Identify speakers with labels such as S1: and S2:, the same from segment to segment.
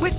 S1: With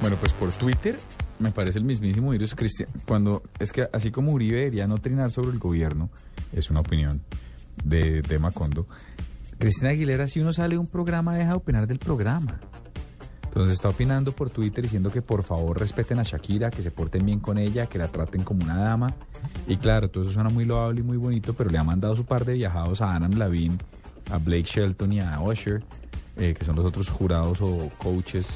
S2: Bueno, pues por Twitter me parece el mismísimo virus Cristian. Cuando es que así como Uribe debería no trinar sobre el gobierno, es una opinión de, de Macondo. Cristina Aguilera, si uno sale de un programa, deja de opinar del programa. Entonces está opinando por Twitter diciendo que por favor respeten a Shakira, que se porten bien con ella, que la traten como una dama. Y claro, todo eso suena muy loable y muy bonito, pero le ha mandado su par de viajados a Adam Levine, a Blake Shelton y a Usher, eh, que son los otros jurados o coaches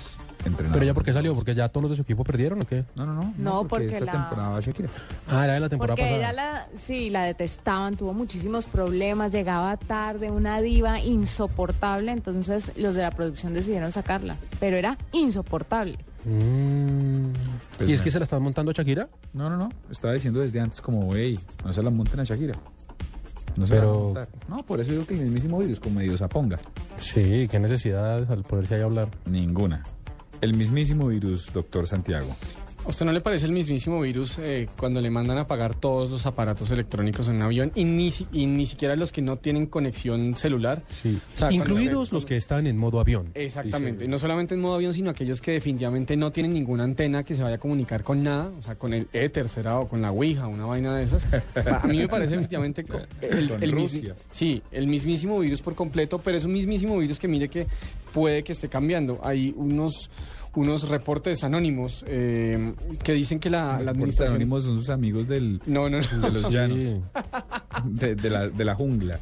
S2: entrenadores.
S3: ¿Pero ella por qué salió? ¿Porque ya todos los de su equipo perdieron o qué?
S2: No, no, no.
S4: No, porque
S2: esta
S4: la-
S2: temporada Shakira.
S3: Ah, era de la temporada
S4: Porque
S3: pasada.
S4: ella la, sí, la detestaban, tuvo muchísimos problemas, llegaba tarde, una diva insoportable, entonces los de la producción decidieron sacarla, pero era insoportable.
S3: Mm.
S2: Pues
S3: ¿Y es
S2: me-
S3: que se la están montando a Shakira?
S2: No, no, no. Estaba diciendo desde antes como, hey, no se la monten a Shakira. No se la
S3: Pero-
S2: van a montar. No, por eso digo que el mismísimo virus, como medio zaponga.
S3: Sí, qué necesidad al poderse ahí hablar.
S2: Ninguna. El mismísimo virus, doctor Santiago.
S5: ¿A usted no le parece el mismísimo virus eh, cuando le mandan a pagar todos los aparatos electrónicos en un avión y ni, si- y ni siquiera los que no tienen conexión celular?
S3: Sí.
S5: O sea, cuando-
S3: Incluidos los que están en modo avión.
S5: Exactamente, no solamente en modo avión, sino aquellos que definitivamente no tienen ninguna antena que se vaya a comunicar con nada, o sea, con el éter será o con la Ouija, una vaina de esas. A mí me parece definitivamente co- el,
S2: Con
S5: el mismi-
S2: Rusia.
S5: sí, el mismísimo virus por completo, pero es un mismísimo virus que mire que puede que esté cambiando. Hay unos unos reportes anónimos eh, que dicen que la, la administración
S2: anónimos son sus amigos del,
S5: no, no,
S2: de
S5: no.
S2: los
S3: Sí.
S2: llanos, de, de la, de la jungla.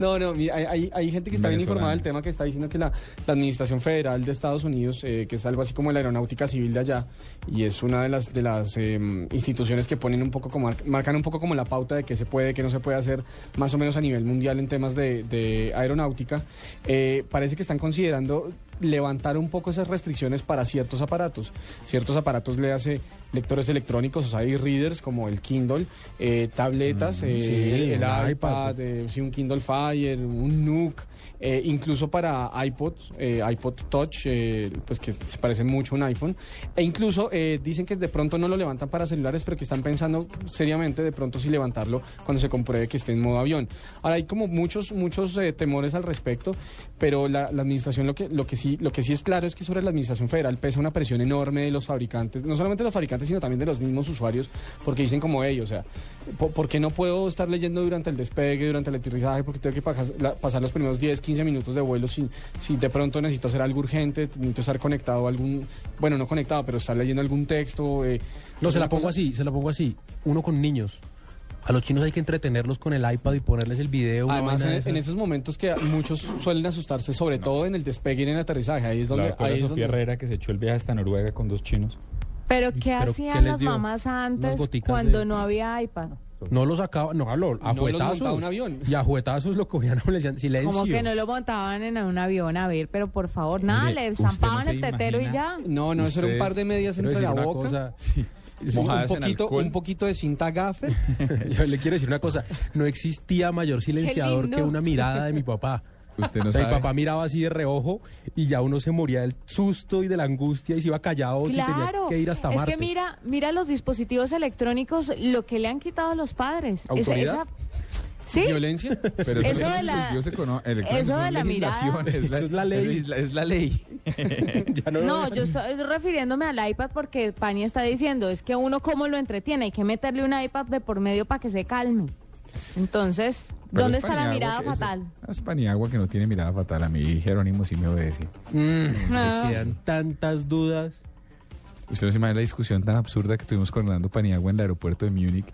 S5: No, no, mira, hay, hay- hay gente que está bien
S2: Venezolano.
S5: informada del tema que está diciendo que la, la Administración Federal de Estados Unidos, eh, que es algo así como la Aeronáutica Civil de allá, y es una de las, de las eh, instituciones que ponen un poco como, marcan un poco como la pauta de qué se puede, qué no se puede hacer, más o menos a nivel mundial en temas de, de aeronáutica, eh, parece que están considerando levantar un poco esas restricciones para ciertos aparatos. Ciertos aparatos le hace lectores electrónicos, o sea, hay readers como el Kindle, eh, tabletas, eh,
S3: sí,
S5: el
S3: un
S5: iPad,
S3: iPad.
S5: eh, sí, un Kindle Fire, un Nook, eh, incluso para iPods, eh, iPod Touch, eh, pues que se parece mucho a un iPhone. E incluso eh, dicen que de pronto no lo levantan para celulares, pero que están pensando seriamente de pronto si levantarlo cuando se compruebe que esté en modo avión. Ahora hay como muchos, muchos eh, temores al respecto, pero la, la administración lo que, lo que sí, lo que sí es claro es que sobre la administración federal pesa una presión enorme de los fabricantes, no solamente de los fabricantes, sino también de los mismos usuarios, porque dicen como ellos, o sea, ¿por, por qué no puedo estar leyendo durante el despegue, durante el aterrizaje, porque tengo que pajas- la- pasar los primeros 10, 15 minutos de vuelo si, si de pronto necesito hacer algo urgente, necesito estar conectado a algún, bueno, no conectado, pero estar leyendo algún texto. eh,
S3: No, se la
S5: alguna
S3: pongo
S5: cosa-
S3: así, se la pongo así. Uno con niños. A los chinos hay que entretenerlos con el iPad y ponerles el video. una
S5: Además,
S3: vaina
S5: en,
S3: de esas.
S5: en esos momentos que muchos suelen asustarse, sobre todo en el despegue y en el aterrizaje, ahí es
S2: La
S5: donde...
S2: doctora
S5: Ahí es
S2: Sofía
S5: donde-
S2: Herrera que se echó el viaje hasta Noruega con dos chinos.
S4: Pero ¿qué
S3: pero
S4: hacían
S3: qué les
S4: las
S3: dio?
S4: mamás
S3: Unas
S4: antes
S3: goticas
S4: cuando
S3: de-
S4: no había iPad?
S3: No los sacaba, no habló, a
S5: los
S3: juetazos.
S5: montaba un avión.
S3: Y a juetazos lo cogían a le decían silencio.
S4: Como que no lo montaban en un avión, a ver, pero por favor, nada,
S2: Mire,
S4: le
S2: usted no
S4: estampaban
S2: se
S4: el tetero y
S2: imagina-
S4: ya.
S5: No, no, eso era un
S2: Ustedes-
S5: par de medias
S3: Quiero
S5: entre
S3: decir
S5: la
S3: una
S5: boca.
S3: cosa.
S2: Sí.
S5: sí, un,
S2: Mojadas en
S5: poquito,
S2: alcohol.
S5: un poquito de cinta gafe.
S3: Yo le quiero decir una cosa. No existía mayor silenciador que
S4: lindo.
S3: una mirada de mi papá.
S2: Usted no
S3: O sea,
S2: sabe.
S3: mi papá miraba así de reojo y ya uno se moría del susto y de la angustia y se iba callado si tenía
S4: Claro,
S3: que ir hasta
S4: es
S3: Marte.
S4: que mira, mira los dispositivos electrónicos, lo que le han quitado a los padres. Esa-
S2: ¿Autoridad?
S4: esa- Sí,
S5: Violencia.
S2: Pero
S4: Eso
S2: son
S4: de la-
S2: dispositivos econo- electrónicos,
S4: eso de
S2: son
S4: la mirada.
S2: legislaciones,
S3: Eso es la ley.
S2: Es la, es la ley.
S3: Ya no-
S4: No, yo estoy refiriéndome al iPad porque Pani está diciendo, es que uno cómo lo entretiene, hay que meterle un iPad de por medio para que se calme. Entonces,
S2: Pero
S4: ¿dónde
S2: es
S4: está la
S2: Paniagua
S4: mirada
S2: que- eso-
S4: fatal?
S2: Es Paniagua que no tiene mirada fatal. A mí Jerónimo sí me obedece.
S3: Mm,
S4: Ah.
S3: Me quedan tantas dudas.
S2: Usted no se imagina la discusión tan absurda que tuvimos con Orlando Paniagua en el aeropuerto de Múnich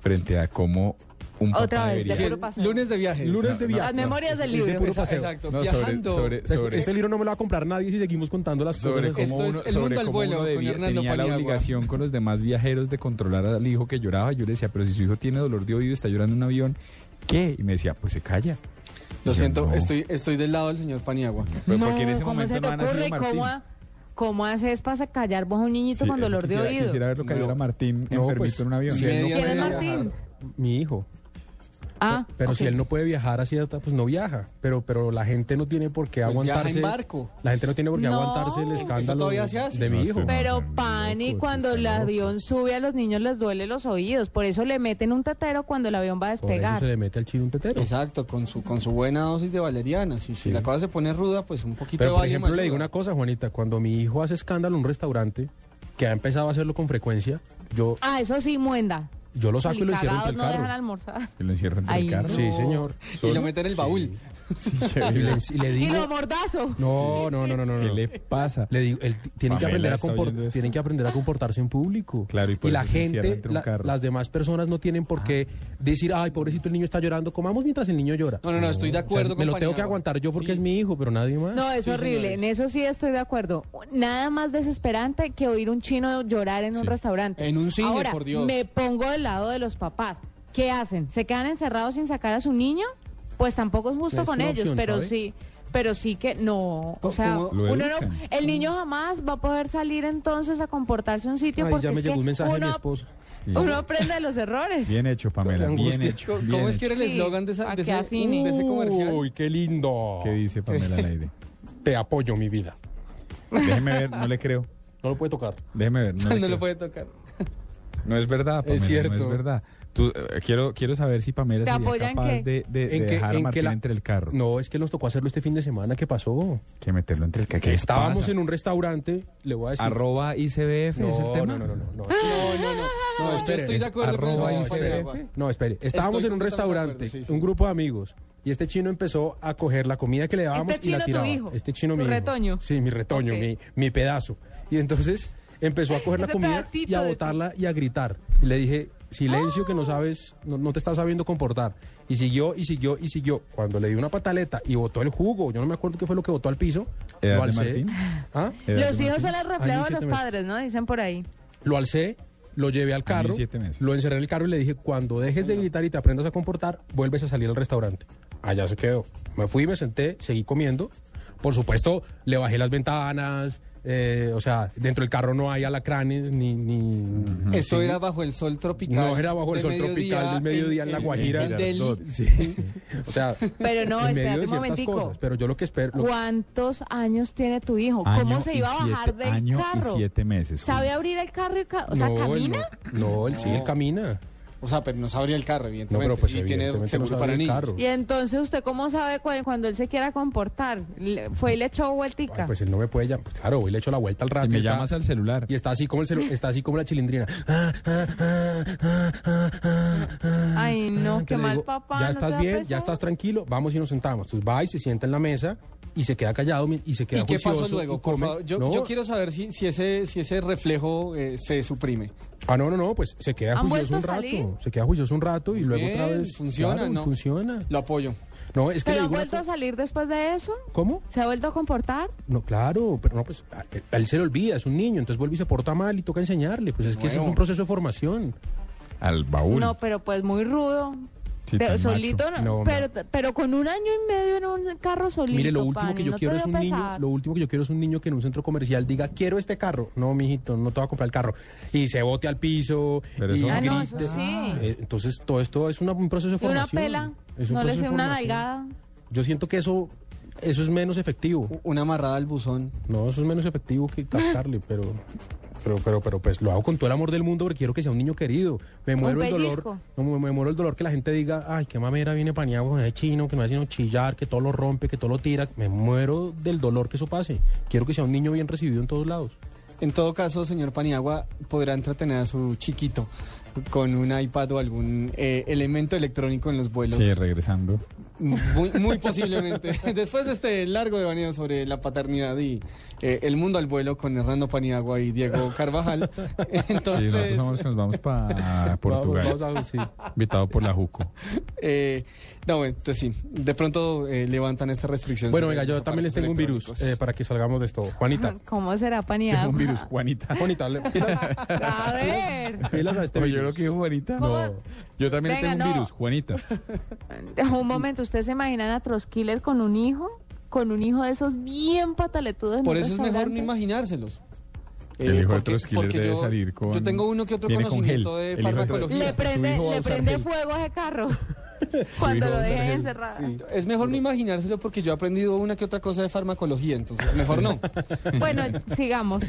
S2: frente a cómo un
S4: Otra
S2: papá
S4: vez, de
S2: debería...
S5: Sí,
S4: puro paseo.
S5: lunes de viaje.
S3: Lunes de
S4: Las
S3: viaje.
S4: memorias del
S3: es de
S4: libro.
S3: puro paseo.
S5: Exacto,
S2: No, sobre,
S5: viajando. Pues,
S2: sobre,
S3: Es-
S2: sobre,
S3: Este libro no me lo va a comprar nadie si seguimos contando las
S2: sobre
S3: cosas. así.
S2: cómo
S5: Esto es
S2: uno,
S5: El
S2: sobre
S5: Mundo al
S2: cómo
S5: Vuelo
S2: uno
S5: con
S2: debía-
S5: Hernando
S2: tenía la
S5: Paniagua.
S2: obligación con los demás viajeros de controlar al hijo que lloraba. Yo le decía, pero si su hijo tiene dolor de oído y está llorando en un avión, ¿qué? Y me decía, pues se calla.
S5: Lo
S2: Yo,
S5: siento,
S2: no.
S5: estoy, estoy del lado del señor Paniagua.
S2: Pero Pues porque en ese
S4: ¿cómo
S2: momento
S4: se
S2: no
S4: te
S2: ha nacido
S4: ocurre?
S2: Martín.
S4: ¿Cómo, ¿Cómo haces para callar vos a un niñito
S2: Sí,
S4: con
S2: eso
S4: dolor de
S2: quisiera-
S4: oído?
S2: Quisiera verlo caer
S3: No.
S2: a Martín
S3: No,
S2: enfermito
S3: pues,
S2: en un avión.
S3: si
S2: Sí,
S3: él no
S5: media
S4: ¿Quién es
S3: puede
S5: hora.
S4: Martín?
S3: Mi hijo.
S4: Ah,
S3: Pero si
S4: ok.
S3: él no puede viajar a cierta, pues no viaja. Pero, pero la gente no tiene por qué
S5: Pues viaja en
S3: aguantarse.
S5: barco.
S3: La gente no tiene por qué
S4: No.
S3: aguantarse el
S4: Eso
S3: escándalo
S5: todavía se hace.
S3: de
S2: No,
S3: mi
S2: estoy
S3: hijo.
S2: mal.
S4: Pero
S2: Están
S4: Pani,
S2: locos,
S4: cuando el
S2: están
S4: avión sube a los niños les duele los oídos, por eso le meten un tetero cuando el avión va a
S3: Por eso
S4: despegar.
S3: se le mete al chino un tetero.
S5: Exacto, con su, con su buena dosis de valeriana. Si, si la cosa se pone ruda, pues un poquito
S3: Pero
S5: de
S3: por
S5: Valium
S3: ejemplo, le
S5: ayuda.
S3: digo una cosa, Juanita. Cuando mi hijo hace escándalo en un restaurante, que ha empezado a hacerlo con frecuencia, yo,
S4: Ah, eso sí, muenda.
S3: yo lo saco y lo encierro
S4: Cagados
S3: entre el
S4: no dejan
S3: carro.
S4: almorzar.
S2: Que lo encierran en
S4: Ay,
S2: el carro.
S4: no.
S3: Sí, señor.
S5: Y lo mete en el baúl.
S3: Y le, y le
S4: Y
S3: digo...
S4: lo mordazo.
S3: No, no, no, no, no.
S2: ¿Qué
S3: no.
S2: le pasa?
S3: Le digo, él t- tienen, que
S2: Pamela
S3: aprender a
S2: está
S3: compor-
S2: oyendo esto.
S3: tienen que aprender a comportarse en público.
S2: Claro, y por
S3: la
S2: eso se encierra
S3: gente,
S2: entre un
S3: la-
S2: carro.
S3: las demás personas no tienen por qué decir, ay, pobrecito, el niño está llorando, comamos mientras el niño llora.
S5: No, no, no, estoy de
S3: O sea,
S5: acuerdo
S3: me lo
S5: con
S3: tengo
S5: Paniagua.
S3: que aguantar yo porque
S5: Sí.
S3: es mi hijo, pero nadie más.
S4: No, es
S5: Sí,
S4: horrible.
S5: señores.
S4: En eso sí estoy de acuerdo. Nada más desesperante que oír un chino llorar en un
S2: Sí.
S4: restaurante.
S5: En un cine,
S4: Ahora,
S5: por Dios.
S4: Me pongo del lado de los papás. ¿Qué hacen? ¿Se quedan encerrados sin sacar a su niño? Pues tampoco es justo
S3: Es
S4: con
S3: una
S4: ellos,
S3: opción,
S4: pero
S3: ¿sabe?
S4: sí. Pero sí que no, o
S5: ¿Cómo-
S4: sea,
S5: cómo-
S2: Lo
S4: uno no-
S2: educan.
S4: el niño jamás va a poder salir entonces a comportarse a un sitio
S3: Ay,
S4: porque
S3: ya me
S4: es
S3: llegó
S4: que
S3: un mensaje de mi
S4: uno-
S3: esposa.
S2: Sí.
S4: uno aprende de los errores.
S2: Bien hecho, Pamela. Bien
S3: angustia.
S2: hecho. bien
S5: ¿Cómo es
S2: hecho.
S5: que era el
S4: Sí,
S5: eslogan de, esa-
S4: a
S5: de
S4: que
S5: ese,
S4: afine.
S5: de ese este comercial?
S3: Uy, qué lindo.
S2: ¿Qué dice Pamela al aire?
S3: Te apoyo, mi vida.
S2: Déjeme ver, no le creo.
S3: No lo puede tocar.
S2: Déjeme ver, no le
S5: no
S2: creo.
S5: lo puede tocar.
S2: No es verdad, Pamela. No
S3: cierto.
S2: es verdad. Tú, eh, quiero, quiero saber si Pamela
S4: ¿Te
S2: sería
S4: apoyan
S2: capaz
S4: qué?
S2: de, de- de dejar a Martín
S3: la-
S2: entre el carro.
S3: No, es que nos tocó hacerlo este fin de semana. ¿Qué pasó?
S2: Que meterlo entre el carro. ¿Qué les
S3: Estábamos
S2: pasa?
S3: en un restaurante, le voy a decir.
S2: Arroba ICBF
S3: no,
S2: es el tema.
S3: no, no, no, no, no.
S5: No, no, no. No, yo
S3: espere,
S5: estoy de
S2: es
S5: acuerdo con
S2: arroba
S5: eso,
S2: ICBF.
S5: Paniagua.
S3: No, espere. Estábamos
S5: Estoy
S3: en un
S5: completamente de
S3: restaurante,
S5: acuerdo, sí, sí.
S3: un grupo de amigos, y este chino empezó a coger la comida que le dábamos
S4: Este
S3: y la
S4: chino tu
S3: tiraba.
S4: hijo,
S3: Este chino
S4: tu
S3: mi hijo.
S4: retoño.
S3: Sí, mi retoño,
S4: Ok.
S3: mi, mi pedazo. Y entonces empezó a coger la
S4: Ese
S3: comida
S4: pedacito
S3: y a
S4: de ¡Ah! ti.
S3: botarla y a gritar. Y le dije, silencio que no sabes, no, no te estás sabiendo comportar. Y siguió, y siguió, y siguió. Cuando le di una pataleta y botó el jugo, yo no me acuerdo qué fue lo que botó al piso,
S2: ¿Edad
S3: lo
S2: de
S3: alcé.
S2: Martín?
S3: ¿Ah?
S2: Edad
S4: Los
S2: de
S4: hijos
S2: eh, Martín.
S4: son el reflejo
S3: Años
S4: de
S3: y
S4: los
S3: siete meses.
S4: padres, ¿no? Dicen por ahí.
S3: Lo alcé, lo llevé al carro,
S2: siete meses.
S3: lo encerré en el carro y le dije, cuando dejes de gritar y te aprendas a comportar, vuelves a salir al restaurante. Allá se quedó. Me fui, me senté, seguí comiendo. Por supuesto, le bajé las ventanas. eh, o sea, dentro del carro no hay alacranes ni... ni
S5: Esto
S3: Mm, sí.
S5: era bajo el sol tropical.
S3: No, era bajo el
S5: de
S3: sol tropical del mediodía en La Guajira.
S5: En Delhi.
S2: Sí, sí.
S3: O sea,
S4: Pero no,
S3: en medio de
S4: espérate un
S3: ciertas
S4: momentico.
S3: cosas, pero yo lo que espero... lo-
S4: ¿Cuántos años tiene tu hijo?
S2: Año
S4: ¿Cómo se
S2: y
S4: iba a bajar
S2: siete-
S4: del
S2: año y
S4: carro?
S2: siete meses,
S4: ¿Sabe
S2: Juli.
S4: abrir el carro y ca- o sea,
S3: no, él
S4: camina?
S3: no, no, él sí, él camina.
S5: O sea, pero no sabría el carro,
S3: No,
S5: evidentemente.
S3: pero pues
S5: y
S3: evidentemente
S5: tiene
S3: no
S5: seguro
S3: sabe
S5: para
S3: el
S5: niños.
S3: carro.
S4: Y entonces, ¿usted cómo sabe cu- cuando él se quiera comportar? Le- fue y le echó
S3: Ay,
S4: vueltica.
S3: pues él no me puede llamar. Pues claro, hoy le echo la vuelta al rato.
S2: Y me
S3: está-
S2: llamas al celular.
S3: Y está así como el celu- está así como la chilindrina. Ah, ah, ah, ah, ah, ah, ah,
S4: Ay, no,
S3: ah.
S4: qué
S3: Le
S4: mal
S3: digo,
S4: papá,
S3: Ya
S4: ¿no te
S3: estás
S4: da
S3: bien,
S4: pesar?
S3: ya estás tranquilo. Vamos y nos sentamos. Entonces va y se sienta en la mesa y se queda callado mi- y se queda
S5: ¿Y qué pasó
S3: juicioso
S5: luego?
S3: y
S5: Por
S3: come.
S5: favor, yo,
S3: No.
S5: yo quiero saber si, si, ese, si ese reflejo eh, se suprime.
S3: Ah, no, no, no, pues se queda
S4: ¿Han
S3: juicioso un
S4: vuelto a
S3: rato.
S4: salir?
S3: Se queda juicioso un rato y luego
S5: Bien,
S3: otra vez.
S5: Funciona,
S3: Claro,
S5: ¿no?
S3: Funciona.
S5: Lo apoyo.
S3: No, es que
S4: ¿Pero
S3: le
S4: ha
S3: digo una
S4: vuelto a
S3: co-
S4: salir después de eso?
S3: ¿Cómo?
S4: ¿Se ha vuelto a comportar?
S3: No, claro, pero no, pues a, a él se le olvida, es un niño, entonces vuelve y se porta mal y toca enseñarle. Pues es que ese es
S5: Bueno.
S3: un proceso de formación.
S2: Al baúl.
S4: No, pero pues muy rudo.
S2: Sí,
S4: Pero
S2: tan
S4: solito,
S2: macho.
S4: no,
S3: No,
S4: pero, pero con un año y medio en un carro solito.
S3: Mire, lo último
S4: Pani,
S3: que yo
S4: ¿no te
S3: quiero es
S4: dio
S3: un
S4: pesar?
S3: niño, lo último que yo quiero es un niño que en un centro comercial diga, "Quiero este carro." No, mijito, no te voy a comprar el carro. Y se bote al piso
S2: Pero
S3: y
S2: eso-
S4: Ah, no, eso
S3: grite.
S4: sí.
S3: Eh, entonces todo esto es una- un proceso de
S4: Y una
S3: formación.
S4: pela.
S3: Es un
S4: No le
S3: proceso de
S4: sé una
S3: formación.
S4: nalgada.
S3: Yo siento que eso eso es menos efectivo.
S5: U- Una amarrada al buzón.
S3: No, eso es menos efectivo que cascarle, pero pero, pero, pero, pues lo hago con todo el amor del mundo porque quiero que sea un niño querido. Me muero el
S4: pellizco.
S3: dolor. no, me, me muero el dolor que la gente diga, ay, qué mamera viene paneado con ese chino, que no hace sino chillar, que todo lo rompe, que todo lo tira. Me muero del dolor que eso pase. Quiero que sea un niño bien recibido en todos lados.
S5: En todo caso, señor Paniagua, podrá entretener a su chiquito con un iPad o algún eh, elemento electrónico en los vuelos.
S2: Sí, regresando.
S5: Muy, muy posiblemente. Después de este largo devaneo sobre la paternidad y eh, el mundo al vuelo con Hernando Paniagua y Diego Carvajal,
S2: Sí, nosotros
S5: entonces,
S2: somos- nos vamos para Portugal.
S3: Vamos, vamos a- sí.
S2: Invitado por la Juco.
S5: eh, no, bueno, entonces sí, de pronto eh, levantan esta restricción.
S3: Bueno,
S5: sobre
S3: venga, yo
S5: los
S3: también les tengo un
S5: aparatos
S3: virus eh,
S5: electrónicos.
S3: para que salgamos de esto. Juanita,
S4: ¿Cómo será
S2: Tengo
S4: paneado?
S2: un virus, Juanita.
S3: Juanita, le-
S4: A ver.
S3: pilas a este
S2: Oye, Pues yo
S3: virus.
S2: lo que dijo Juanita.
S4: ¿Cómo?
S2: Yo también
S4: Venga,
S2: tengo un
S4: no.
S2: virus, Juanita.
S4: Un momento, ¿ustedes se imaginan a Troskiller con un hijo? con un hijo de esos bien pataletudos. en
S5: Por
S4: un
S5: eso es mejor no
S4: restaurante.
S5: imaginárselos. Eh,
S2: El hijo de Trotsky les debe salir con-
S5: Yo tengo uno que otro
S2: viene con gel.
S5: conocimiento de
S2: El hijo de Trotsky.
S5: farmacología.
S4: Le
S2: Su
S4: prende,
S2: hijo va a
S4: le
S2: usar
S4: prende
S2: gel.
S4: fuego a ese carro cuando
S2: hijo
S4: lo
S2: va a usar
S4: dejen
S2: gel.
S4: encerrado.
S5: Es mejor no imaginárselo porque yo he aprendido una que otra cosa de farmacología, entonces mejor no.
S4: Bueno, sigamos.